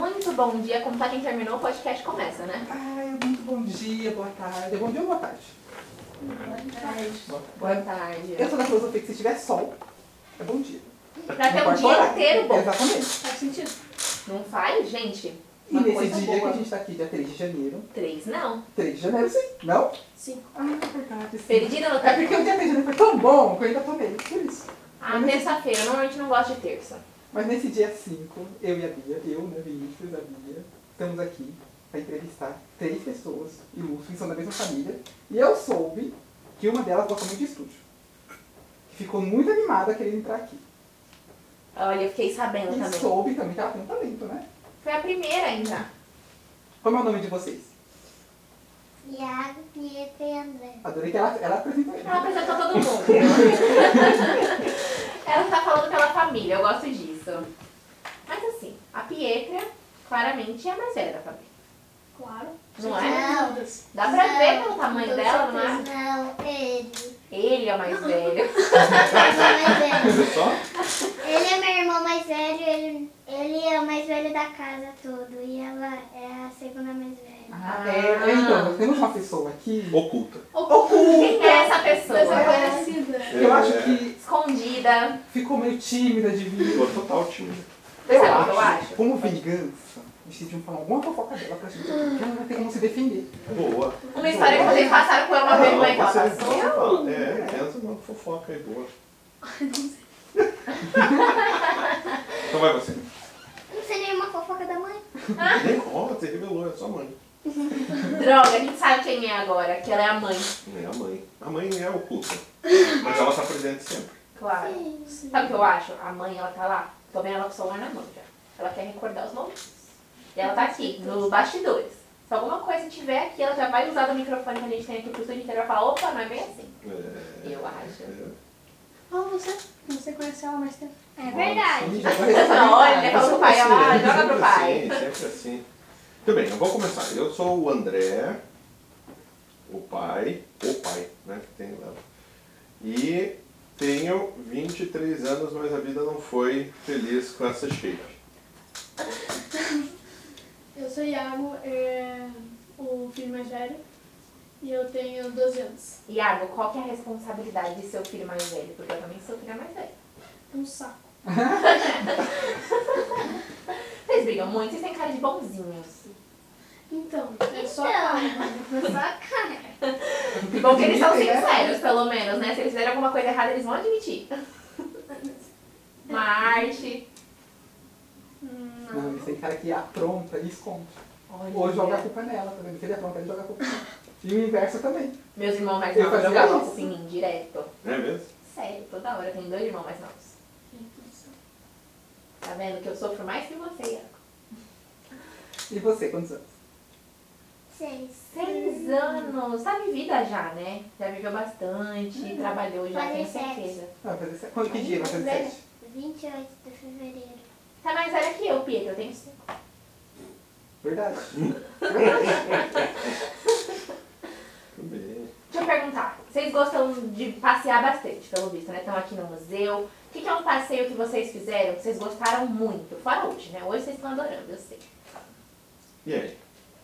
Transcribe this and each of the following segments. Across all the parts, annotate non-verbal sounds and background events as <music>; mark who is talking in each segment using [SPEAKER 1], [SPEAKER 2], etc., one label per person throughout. [SPEAKER 1] Muito bom dia, como tá quem terminou, o podcast começa, né?
[SPEAKER 2] Ai, muito bom dia, boa tarde. É Bom dia ou boa tarde?
[SPEAKER 1] Boa tarde.
[SPEAKER 2] Eu sou da filosofia que se tiver sol, é bom dia.
[SPEAKER 1] Pra ter
[SPEAKER 2] Não
[SPEAKER 1] um
[SPEAKER 2] pode
[SPEAKER 1] dia
[SPEAKER 2] chorar.
[SPEAKER 1] inteiro bom.
[SPEAKER 2] Exatamente.
[SPEAKER 3] Faz sentido.
[SPEAKER 1] Não faz, gente?
[SPEAKER 2] E
[SPEAKER 1] Uma
[SPEAKER 2] nesse
[SPEAKER 1] coisa
[SPEAKER 2] dia que a
[SPEAKER 1] boa.
[SPEAKER 2] gente tá aqui, dia 3 de janeiro.
[SPEAKER 1] Três, não.
[SPEAKER 2] 3 de janeiro, sim. Não?
[SPEAKER 3] Sim.
[SPEAKER 2] Ah, é verdade, sim.
[SPEAKER 1] Perdida no
[SPEAKER 2] É porque o dia 3 de janeiro foi tão bom que eu ainda tomei, por isso.
[SPEAKER 1] Ah, terça-feira. Eu Normalmente não gosto de terça.
[SPEAKER 2] Mas nesse dia 5, eu e a Bia, eu, né, Vinícius, a Bia, estamos aqui para entrevistar três pessoas ilustres, são da mesma família, e eu soube que uma delas gosta muito de estúdio. Ficou muito animada querendo entrar aqui.
[SPEAKER 1] Olha, eu fiquei sabendo
[SPEAKER 2] E
[SPEAKER 1] também.
[SPEAKER 2] soube também que ela tem um talento, né?
[SPEAKER 1] Foi a primeira ainda.
[SPEAKER 2] Como é o nome de vocês?
[SPEAKER 3] Iago, Pietro e André.
[SPEAKER 2] Adorei que ela, ela apresentou ele.
[SPEAKER 1] Ela apresentou todo <laughs> mundo. ela tá falando pela família, eu gosto disso. Mas assim, a Pietra claramente é a mais velha da família.
[SPEAKER 3] Claro.
[SPEAKER 1] Não é?
[SPEAKER 3] Não.
[SPEAKER 1] Dá pra ver pelo tamanho dela, não é?
[SPEAKER 3] Não, ele.
[SPEAKER 1] Ele é o mais velho.
[SPEAKER 3] Meu irmão mais velho.
[SPEAKER 4] é
[SPEAKER 2] Olha só.
[SPEAKER 3] Ele é meu irmão mais velho, ele, ele é o mais velho da casa todo. E ela é a segunda mais velha.
[SPEAKER 2] Ah, é, é, então, nós temos uma pessoa aqui.
[SPEAKER 4] Oculta.
[SPEAKER 1] Quem é essa pessoa?
[SPEAKER 3] conhecida.
[SPEAKER 2] Eu acho que
[SPEAKER 1] Escondida.
[SPEAKER 2] ficou meio tímida de vir.
[SPEAKER 4] Ficou total tímida.
[SPEAKER 1] Sabe o que eu acho?
[SPEAKER 2] Como vingança, a gente tinha que falar alguma fofoca dela pra gente. Porque ela vai ter como se defender.
[SPEAKER 4] Boa. Ah,
[SPEAKER 1] Uma história que vocês passaram com ela, né, uma vergonha que ela
[SPEAKER 4] você-
[SPEAKER 1] passou.
[SPEAKER 4] você fala, É, pensa uma fofoca aí,
[SPEAKER 3] <laughs>
[SPEAKER 4] boa. então vai você.
[SPEAKER 3] Não sei nenhuma fofoca da mãe.
[SPEAKER 4] Nem rola, você revelou, é sua mãe.
[SPEAKER 1] Droga, a gente sabe quem é agora, que ela é a mãe.
[SPEAKER 4] É a mãe. A mãe é oculta. Mas ela tá presente sempre.
[SPEAKER 1] Claro. Sabe o que eu acho? A mãe, ela tá lá, tô vendo ela com o celular na mão já. Ela quer recordar os momentos. E ela tá aqui, nos bastidores. Se alguma coisa tiver aqui, ela já vai usar do microfone que a gente tem aqui pro estúdio inteiro e vai falar, opa, não é bem assim.
[SPEAKER 4] É,
[SPEAKER 1] Eu acho.
[SPEAKER 4] é.
[SPEAKER 3] Ou Ah, você, você conheceu ela mais tempo. É
[SPEAKER 2] Sim,
[SPEAKER 3] verdade.
[SPEAKER 2] já vai
[SPEAKER 1] Não, olha,
[SPEAKER 2] responder.
[SPEAKER 1] leva pro pai, ela
[SPEAKER 4] Sempre assim,
[SPEAKER 1] joga
[SPEAKER 4] sempre
[SPEAKER 1] pro pai.
[SPEAKER 4] Assim, sempre assim. Muito bem, eu vou começar. Eu sou o André, o pai, o pai, né? Que tem lá. E tenho 23 anos, mas a vida não foi feliz com essa shape.
[SPEAKER 5] Eu sou Iago, é o filho mais velho, e eu tenho 12 anos.
[SPEAKER 1] Iago, qual que é a responsabilidade de seu filho mais velho? Porque eu também sou filha mais velha.
[SPEAKER 5] É um saco.
[SPEAKER 1] Vocês brigam muito e têm cara de bonzinhos.
[SPEAKER 5] Então, é só a calma.
[SPEAKER 1] Que bom que eles são sinceros, pelo menos, né? Se eles fizeram alguma coisa errada, eles vão admitir. Uma arte.
[SPEAKER 2] Não, esse cara que apronta e esconde.
[SPEAKER 1] Olha.
[SPEAKER 2] Ou joga a culpa nela, tá vendo? Se ele apronta, ele joga a culpa nela. E o inverso também.
[SPEAKER 1] Meus irmãos mais
[SPEAKER 2] Eu
[SPEAKER 1] novos
[SPEAKER 2] fazia
[SPEAKER 1] jogavam
[SPEAKER 2] isso.
[SPEAKER 1] assim, direto.
[SPEAKER 4] Não é mesmo?
[SPEAKER 1] Sério, toda hora eu tenho dois irmãos mais novos.
[SPEAKER 5] Então,
[SPEAKER 1] Tá vendo que eu sofro mais que você, Iago?
[SPEAKER 2] E você, quantos anos?
[SPEAKER 3] Seis.
[SPEAKER 1] Seis anos, sabe vida já, né? Já viveu bastante, trabalhou já,
[SPEAKER 3] Fazer
[SPEAKER 1] tenho
[SPEAKER 3] sete.
[SPEAKER 1] certeza.
[SPEAKER 2] Vai fazer sete. é- Quando
[SPEAKER 1] é
[SPEAKER 2] que dia? Vai fazer
[SPEAKER 1] Zero.
[SPEAKER 2] sete?
[SPEAKER 3] 28 de fevereiro.
[SPEAKER 1] Tá mais velha que eu, Pietro, eu tenho cinco.
[SPEAKER 2] Verdade. <laughs>
[SPEAKER 4] Tudo bem.
[SPEAKER 1] Deixa eu perguntar, vocês gostam de passear bastante, pelo visto, né? Estão aqui no museu. O que que é um passeio que vocês fizeram que vocês gostaram muito? Fora hoje, né? Hoje vocês estão adorando, eu sei.
[SPEAKER 4] E aí?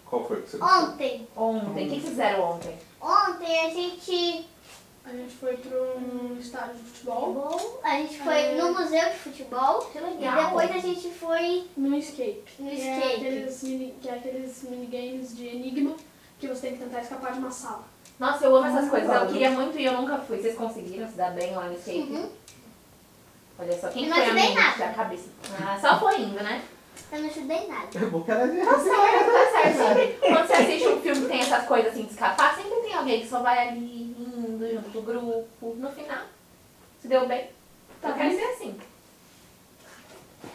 [SPEAKER 4] Qual foi que você gostou?
[SPEAKER 3] Ontem.
[SPEAKER 1] Ontem, o que que vocês fizeram ontem?
[SPEAKER 3] Ontem a gente,
[SPEAKER 5] A gente foi para um estádio de futebol,
[SPEAKER 3] a gente foi no museu de futebol.
[SPEAKER 1] Que
[SPEAKER 3] E
[SPEAKER 1] legal.
[SPEAKER 3] depois a gente foi.
[SPEAKER 5] no escape.
[SPEAKER 3] No
[SPEAKER 5] que
[SPEAKER 3] escape.
[SPEAKER 5] É aqueles mini, que é aqueles minigames de enigma que você tem que tentar escapar de uma sala.
[SPEAKER 1] Nossa, eu amo
[SPEAKER 3] Ah,
[SPEAKER 1] essas coisas. Eu
[SPEAKER 2] Adoro.
[SPEAKER 1] queria muito e eu nunca fui. Vocês conseguiram se dar bem lá no skate? Olha só, quem
[SPEAKER 3] Uhum. Eu não
[SPEAKER 1] foi a
[SPEAKER 3] ajudei
[SPEAKER 1] menina
[SPEAKER 3] nada.
[SPEAKER 1] da cabeça? Ah, só foi indo, né?
[SPEAKER 3] Eu não ajudei nada.
[SPEAKER 2] É bom que ela é
[SPEAKER 1] Tá certo, tá certo. Sempre, quando você assiste um filme que tem essas coisas assim de escapar, sempre tem alguém que só vai ali indo junto do grupo. No final, se deu bem.
[SPEAKER 3] Tá
[SPEAKER 1] Então, quero ser assim.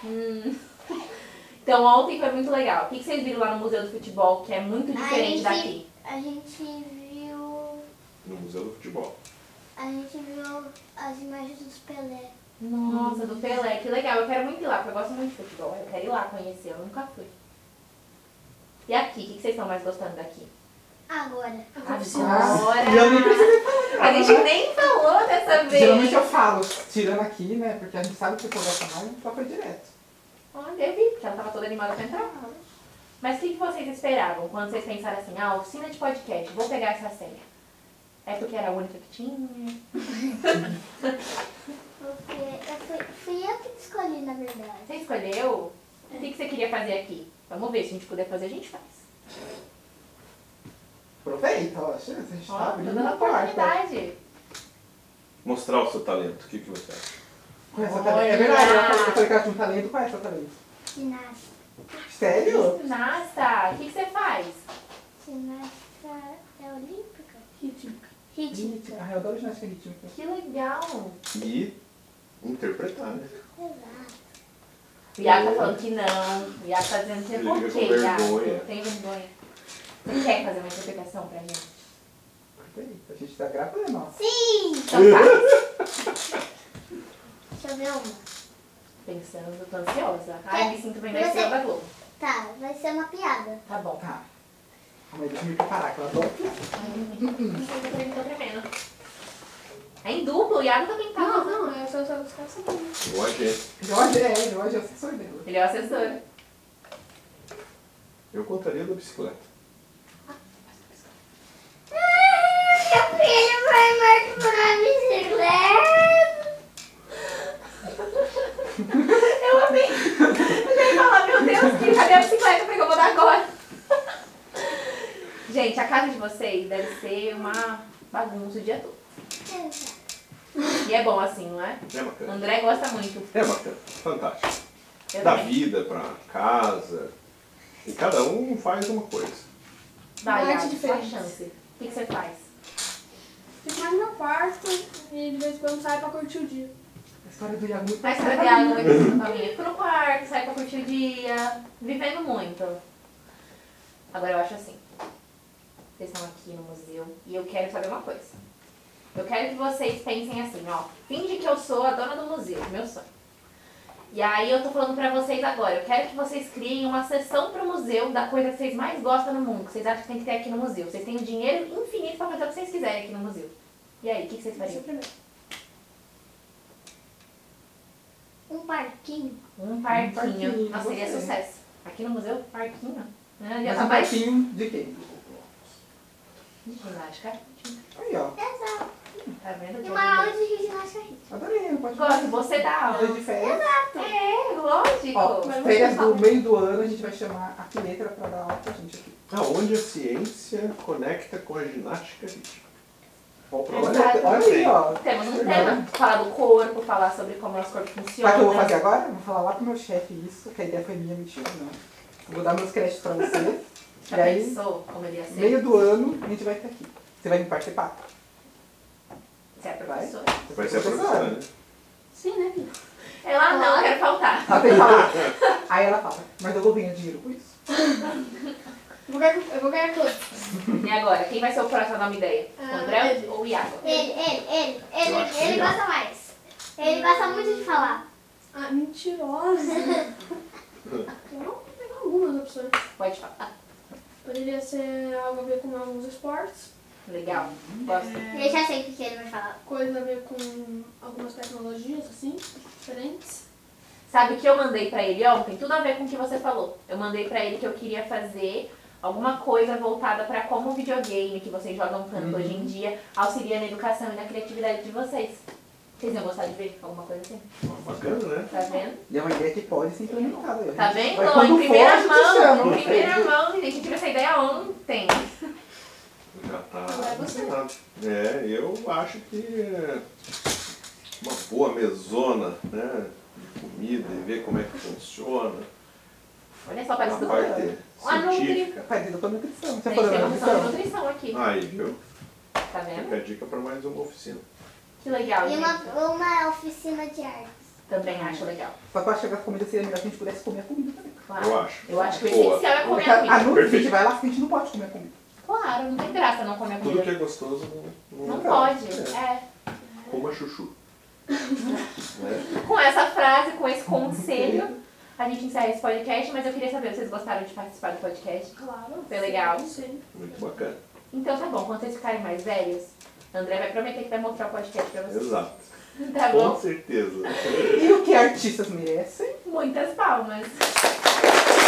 [SPEAKER 1] Hum. Então, ontem foi muito legal. O que que vocês viram lá no Museu do Futebol, que é muito diferente
[SPEAKER 3] Ai,
[SPEAKER 1] daqui?
[SPEAKER 3] A gente viu.
[SPEAKER 4] No Museu do Futebol.
[SPEAKER 3] A gente viu as imagens dos Pelé. Hum.
[SPEAKER 1] Nossa, do Pelé, que legal. Eu quero muito ir lá, porque eu gosto muito de futebol. Eu quero ir lá conhecer, eu nunca fui. E aqui, o que que vocês estão mais gostando daqui?
[SPEAKER 3] Ah, agora.
[SPEAKER 1] Agora.
[SPEAKER 2] E eu nem precisei falar.
[SPEAKER 1] A gente nem falou dessa vez.
[SPEAKER 2] Geralmente eu falo, tirando aqui, né? Porque a gente sabe que o pessoal gosta mais, então foi direto.
[SPEAKER 1] Olha, eu vi, porque ela tava toda animada pra entrar. Mas o que, que vocês esperavam quando vocês pensaram assim, ah, oficina de podcast, vou pegar essa senha? É porque era a única que tinha?
[SPEAKER 3] Porque eu fui, fui eu que escolhi, na verdade.
[SPEAKER 1] Você escolheu? O que, que você queria fazer aqui? Vamos ver, se a gente puder fazer, a gente faz.
[SPEAKER 2] Aproveita, ó, a chance, a gente
[SPEAKER 1] Ó,
[SPEAKER 2] tá
[SPEAKER 1] tô
[SPEAKER 2] abrindo
[SPEAKER 1] dando
[SPEAKER 2] a
[SPEAKER 1] a
[SPEAKER 2] porta.
[SPEAKER 1] oportunidade.
[SPEAKER 4] Mostrar o seu talento. O que, que você acha?
[SPEAKER 2] Com essa
[SPEAKER 1] Olha!
[SPEAKER 2] talento. É verdade, eu falei- eu falei que ela tinha um talento, qual é essa talento?
[SPEAKER 3] Ginástica.
[SPEAKER 2] Sério?
[SPEAKER 1] Ginasta, o que, que você faz?
[SPEAKER 3] Ginástica é olímpica?
[SPEAKER 5] Rítmica.
[SPEAKER 3] Rítmica.
[SPEAKER 2] Ah, eu adoro ginástica rítmica.
[SPEAKER 1] Que legal.
[SPEAKER 4] E interpretar, né?
[SPEAKER 3] Exato.
[SPEAKER 1] O Iago tá falando que não. O Iago tá dizendo que é
[SPEAKER 4] Ele
[SPEAKER 1] por
[SPEAKER 4] fica
[SPEAKER 1] quê,
[SPEAKER 4] com
[SPEAKER 1] Iago?
[SPEAKER 4] vergonha.
[SPEAKER 1] Eu tenho vergonha. Você quer fazer uma interpretação pra gente?
[SPEAKER 2] Aproveita, a gente tá gravando, ó.
[SPEAKER 3] Sim!
[SPEAKER 1] Então tá.
[SPEAKER 3] Deixa eu ver uma.
[SPEAKER 1] Pensando, tô ansiosa. Ai, me sinto bem é na estrela da Globo.
[SPEAKER 3] Tá, vai ser uma piada. <laughs>
[SPEAKER 1] Tá bom.
[SPEAKER 2] Tá. Mas deixa eu me preparar, que eu adoro.
[SPEAKER 1] Tô tremendo. É em duplo, o Iago também tá.
[SPEAKER 5] Não, não, eu É só, só buscar essa aqui.
[SPEAKER 4] Ou a gente.
[SPEAKER 2] Jorge é, Jorge é o assessor dela.
[SPEAKER 1] Ele é o assessor.
[SPEAKER 4] Eu contaria da bicicleta.
[SPEAKER 3] Ah, meu filho vai machucar a bicicleta.
[SPEAKER 1] <laughs> Eu amei. Eu ia falar, meu Deus, que cadê a bicicleta? Porque eu vou dar agora. <laughs> Gente, a casa de vocês deve ser uma bagunça o dia todo.
[SPEAKER 3] Exato.
[SPEAKER 1] E é bom assim, não é?
[SPEAKER 4] É
[SPEAKER 1] O
[SPEAKER 4] bacana.
[SPEAKER 1] André gosta muito.
[SPEAKER 4] É bacana. Fantástico.
[SPEAKER 1] Eu
[SPEAKER 4] Da
[SPEAKER 1] também.
[SPEAKER 4] vida pra casa. E cada um faz uma coisa.
[SPEAKER 1] Vai,
[SPEAKER 5] Uma arte
[SPEAKER 1] Iago, sua
[SPEAKER 5] diferente.
[SPEAKER 1] chance. O que, que você faz?
[SPEAKER 5] Fico mais no meu quarto e de vez em quando saio pra curtir o dia.
[SPEAKER 2] A história do Iago é muito
[SPEAKER 1] Mas sabe de água muito com a família? Fico no quarto, sai pra curtir o dia, vivendo muito. Agora eu acho assim. Vocês estão aqui no museu e eu quero saber uma coisa. Eu quero que vocês pensem assim, ó. Finge que eu sou a dona do museu, meu sonho. E aí eu tô falando pra vocês agora, eu quero que vocês criem uma sessão pro museu da coisa que vocês mais gostam no mundo, que vocês acham que tem que ter aqui no museu. Vocês têm dinheiro infinito pra fazer o que vocês quiserem aqui no museu. E aí, o que, que vocês
[SPEAKER 5] Esse é
[SPEAKER 1] fariam?
[SPEAKER 5] o primeiro.
[SPEAKER 3] Um parquinho.
[SPEAKER 1] Um parquinho.
[SPEAKER 2] parquinho,
[SPEAKER 1] Nossa, seria
[SPEAKER 2] gostei.
[SPEAKER 1] sucesso. Aqui no museu, parquinho. Né? Já
[SPEAKER 2] Mas
[SPEAKER 1] tá
[SPEAKER 2] um
[SPEAKER 1] mais
[SPEAKER 2] pouquinho de quem?
[SPEAKER 1] ginástica.
[SPEAKER 2] Aí, ó.
[SPEAKER 3] Exato.
[SPEAKER 1] Tá vendo?
[SPEAKER 3] E uma aula de ginástica rítmica.
[SPEAKER 2] Adorei, pode
[SPEAKER 1] Gosto, você dá
[SPEAKER 2] Aula
[SPEAKER 1] aula.
[SPEAKER 2] de férias.
[SPEAKER 1] É, lógico.
[SPEAKER 2] Ó,
[SPEAKER 5] Mas você
[SPEAKER 2] férias do
[SPEAKER 5] fala.
[SPEAKER 2] meio do ano, a gente vai chamar a Filetra pra dar aula pra gente aqui.
[SPEAKER 4] Aonde a ciência conecta com a ginástica rítmica. Qual o problema?
[SPEAKER 1] Exato.
[SPEAKER 2] Olha, olha aí, ó.
[SPEAKER 1] Temos um
[SPEAKER 2] Verdade.
[SPEAKER 1] tema. Falar do corpo, falar sobre como nosso corpo funciona.
[SPEAKER 2] Sabe o que eu vou fazer agora? Vou falar lá pro meu chefe isso, que a ideia foi minha, mentira, não. Eu Vou dar meus créditos
[SPEAKER 1] <laughs>
[SPEAKER 2] pra você.
[SPEAKER 1] Já
[SPEAKER 2] E aí-
[SPEAKER 1] pensou como ele ia ser?
[SPEAKER 2] meio do ano, a gente vai estar aqui. Você vai me participar.
[SPEAKER 1] Você é professora?
[SPEAKER 4] Vai ser a professora, né?
[SPEAKER 5] Sim, né, filho?
[SPEAKER 1] Ela É não, eu quero faltar.
[SPEAKER 2] Ela tem que falar. Aí ela fala, mas eu vou ganhar dinheiro com isso.
[SPEAKER 5] Eu vou ganhar, eu vou ganhar tudo.
[SPEAKER 1] E agora, quem vai ser o próximo a dar uma ideia? O
[SPEAKER 5] Ah,
[SPEAKER 1] André
[SPEAKER 2] é.
[SPEAKER 5] ele.
[SPEAKER 1] ou o Iago?
[SPEAKER 3] Ele, ele, ele,
[SPEAKER 4] Eu acho
[SPEAKER 3] ele, ele
[SPEAKER 4] legal.
[SPEAKER 3] gosta mais. Ele gosta muito de falar.
[SPEAKER 5] Ah, mentirosa. <laughs> eu não vou pegar algumas opções.
[SPEAKER 1] Pode falar.
[SPEAKER 5] Poderia ser algo a ver com alguns esportes,
[SPEAKER 1] Legal. Gosto.
[SPEAKER 3] Eu já sei o que ele vai falar.
[SPEAKER 5] coisa a ver com algumas tecnologias, assim, diferentes.
[SPEAKER 1] Sabe o que eu mandei pra ele ontem? Tudo a ver com o que você falou. Eu mandei pra ele que eu queria fazer alguma coisa voltada pra como o videogame que vocês jogam tanto
[SPEAKER 2] Uhum.
[SPEAKER 1] hoje em dia auxilia na educação e na criatividade de vocês. Vocês iam gostar de ver alguma coisa assim?
[SPEAKER 4] Bacana, né?
[SPEAKER 1] Tá vendo?
[SPEAKER 2] E é uma ideia que pode ser implementada. aí, ó.
[SPEAKER 1] Tá
[SPEAKER 2] A gente
[SPEAKER 1] vendo?
[SPEAKER 2] vai-
[SPEAKER 1] Ó,
[SPEAKER 2] quando
[SPEAKER 1] Em
[SPEAKER 2] for,
[SPEAKER 1] primeira
[SPEAKER 2] a gente chama, É.
[SPEAKER 1] mão,
[SPEAKER 2] não
[SPEAKER 1] em
[SPEAKER 2] sei.
[SPEAKER 1] primeira mão, gente, eu tive essa ideia ontem.
[SPEAKER 4] Já tá.
[SPEAKER 5] Agora é você.
[SPEAKER 4] combinado. É, eu acho que é uma boa mesona, né? De comida e ver como é que funciona.
[SPEAKER 1] Olha só,
[SPEAKER 4] A
[SPEAKER 1] parece do
[SPEAKER 4] parte
[SPEAKER 1] A Nutri.
[SPEAKER 4] científica.
[SPEAKER 2] Faz doutor nutrição. Você
[SPEAKER 1] Tem
[SPEAKER 2] falou né? Então.
[SPEAKER 1] que ter uma noção
[SPEAKER 2] Ah. da
[SPEAKER 1] de
[SPEAKER 2] nutrição?
[SPEAKER 1] nutrição aqui.
[SPEAKER 4] Aí, viu?
[SPEAKER 1] Tá vendo?
[SPEAKER 4] Fica a dica para mais uma oficina.
[SPEAKER 1] Que legal,
[SPEAKER 3] E
[SPEAKER 1] gente.
[SPEAKER 3] uma, uma oficina de artes.
[SPEAKER 1] Também acho legal.
[SPEAKER 2] Só que eu acho que a comida seria melhor que a gente pudesse comer a comida também.
[SPEAKER 1] Claro.
[SPEAKER 4] Eu acho.
[SPEAKER 1] Ah, Eu acho que o
[SPEAKER 4] Boa.
[SPEAKER 1] essencial é comer
[SPEAKER 2] Porque
[SPEAKER 1] a
[SPEAKER 2] a, a
[SPEAKER 1] comida.
[SPEAKER 2] Nutri, a gente
[SPEAKER 4] Perfeito.
[SPEAKER 2] vai lá, porque a gente não pode comer a comida.
[SPEAKER 1] Claro, não tem graça não comer a
[SPEAKER 4] Tudo que
[SPEAKER 1] comida.
[SPEAKER 4] é gostoso não,
[SPEAKER 1] Não pode. É.
[SPEAKER 4] Coma chuchu. né?
[SPEAKER 1] Com essa frase, com esse conselho, a gente encerra esse podcast, mas eu queria saber, vocês gostaram de participar do podcast?
[SPEAKER 5] Claro.
[SPEAKER 1] Foi legal.
[SPEAKER 5] Sim.
[SPEAKER 4] Muito bacana.
[SPEAKER 1] Então tá bom, quando vocês ficarem mais velhos, André vai prometer que vai mostrar o podcast pra vocês.
[SPEAKER 4] Exato.
[SPEAKER 1] Tá
[SPEAKER 4] Com
[SPEAKER 1] bom?
[SPEAKER 4] certeza.
[SPEAKER 2] E o que artistas merecem?
[SPEAKER 1] Muitas palmas.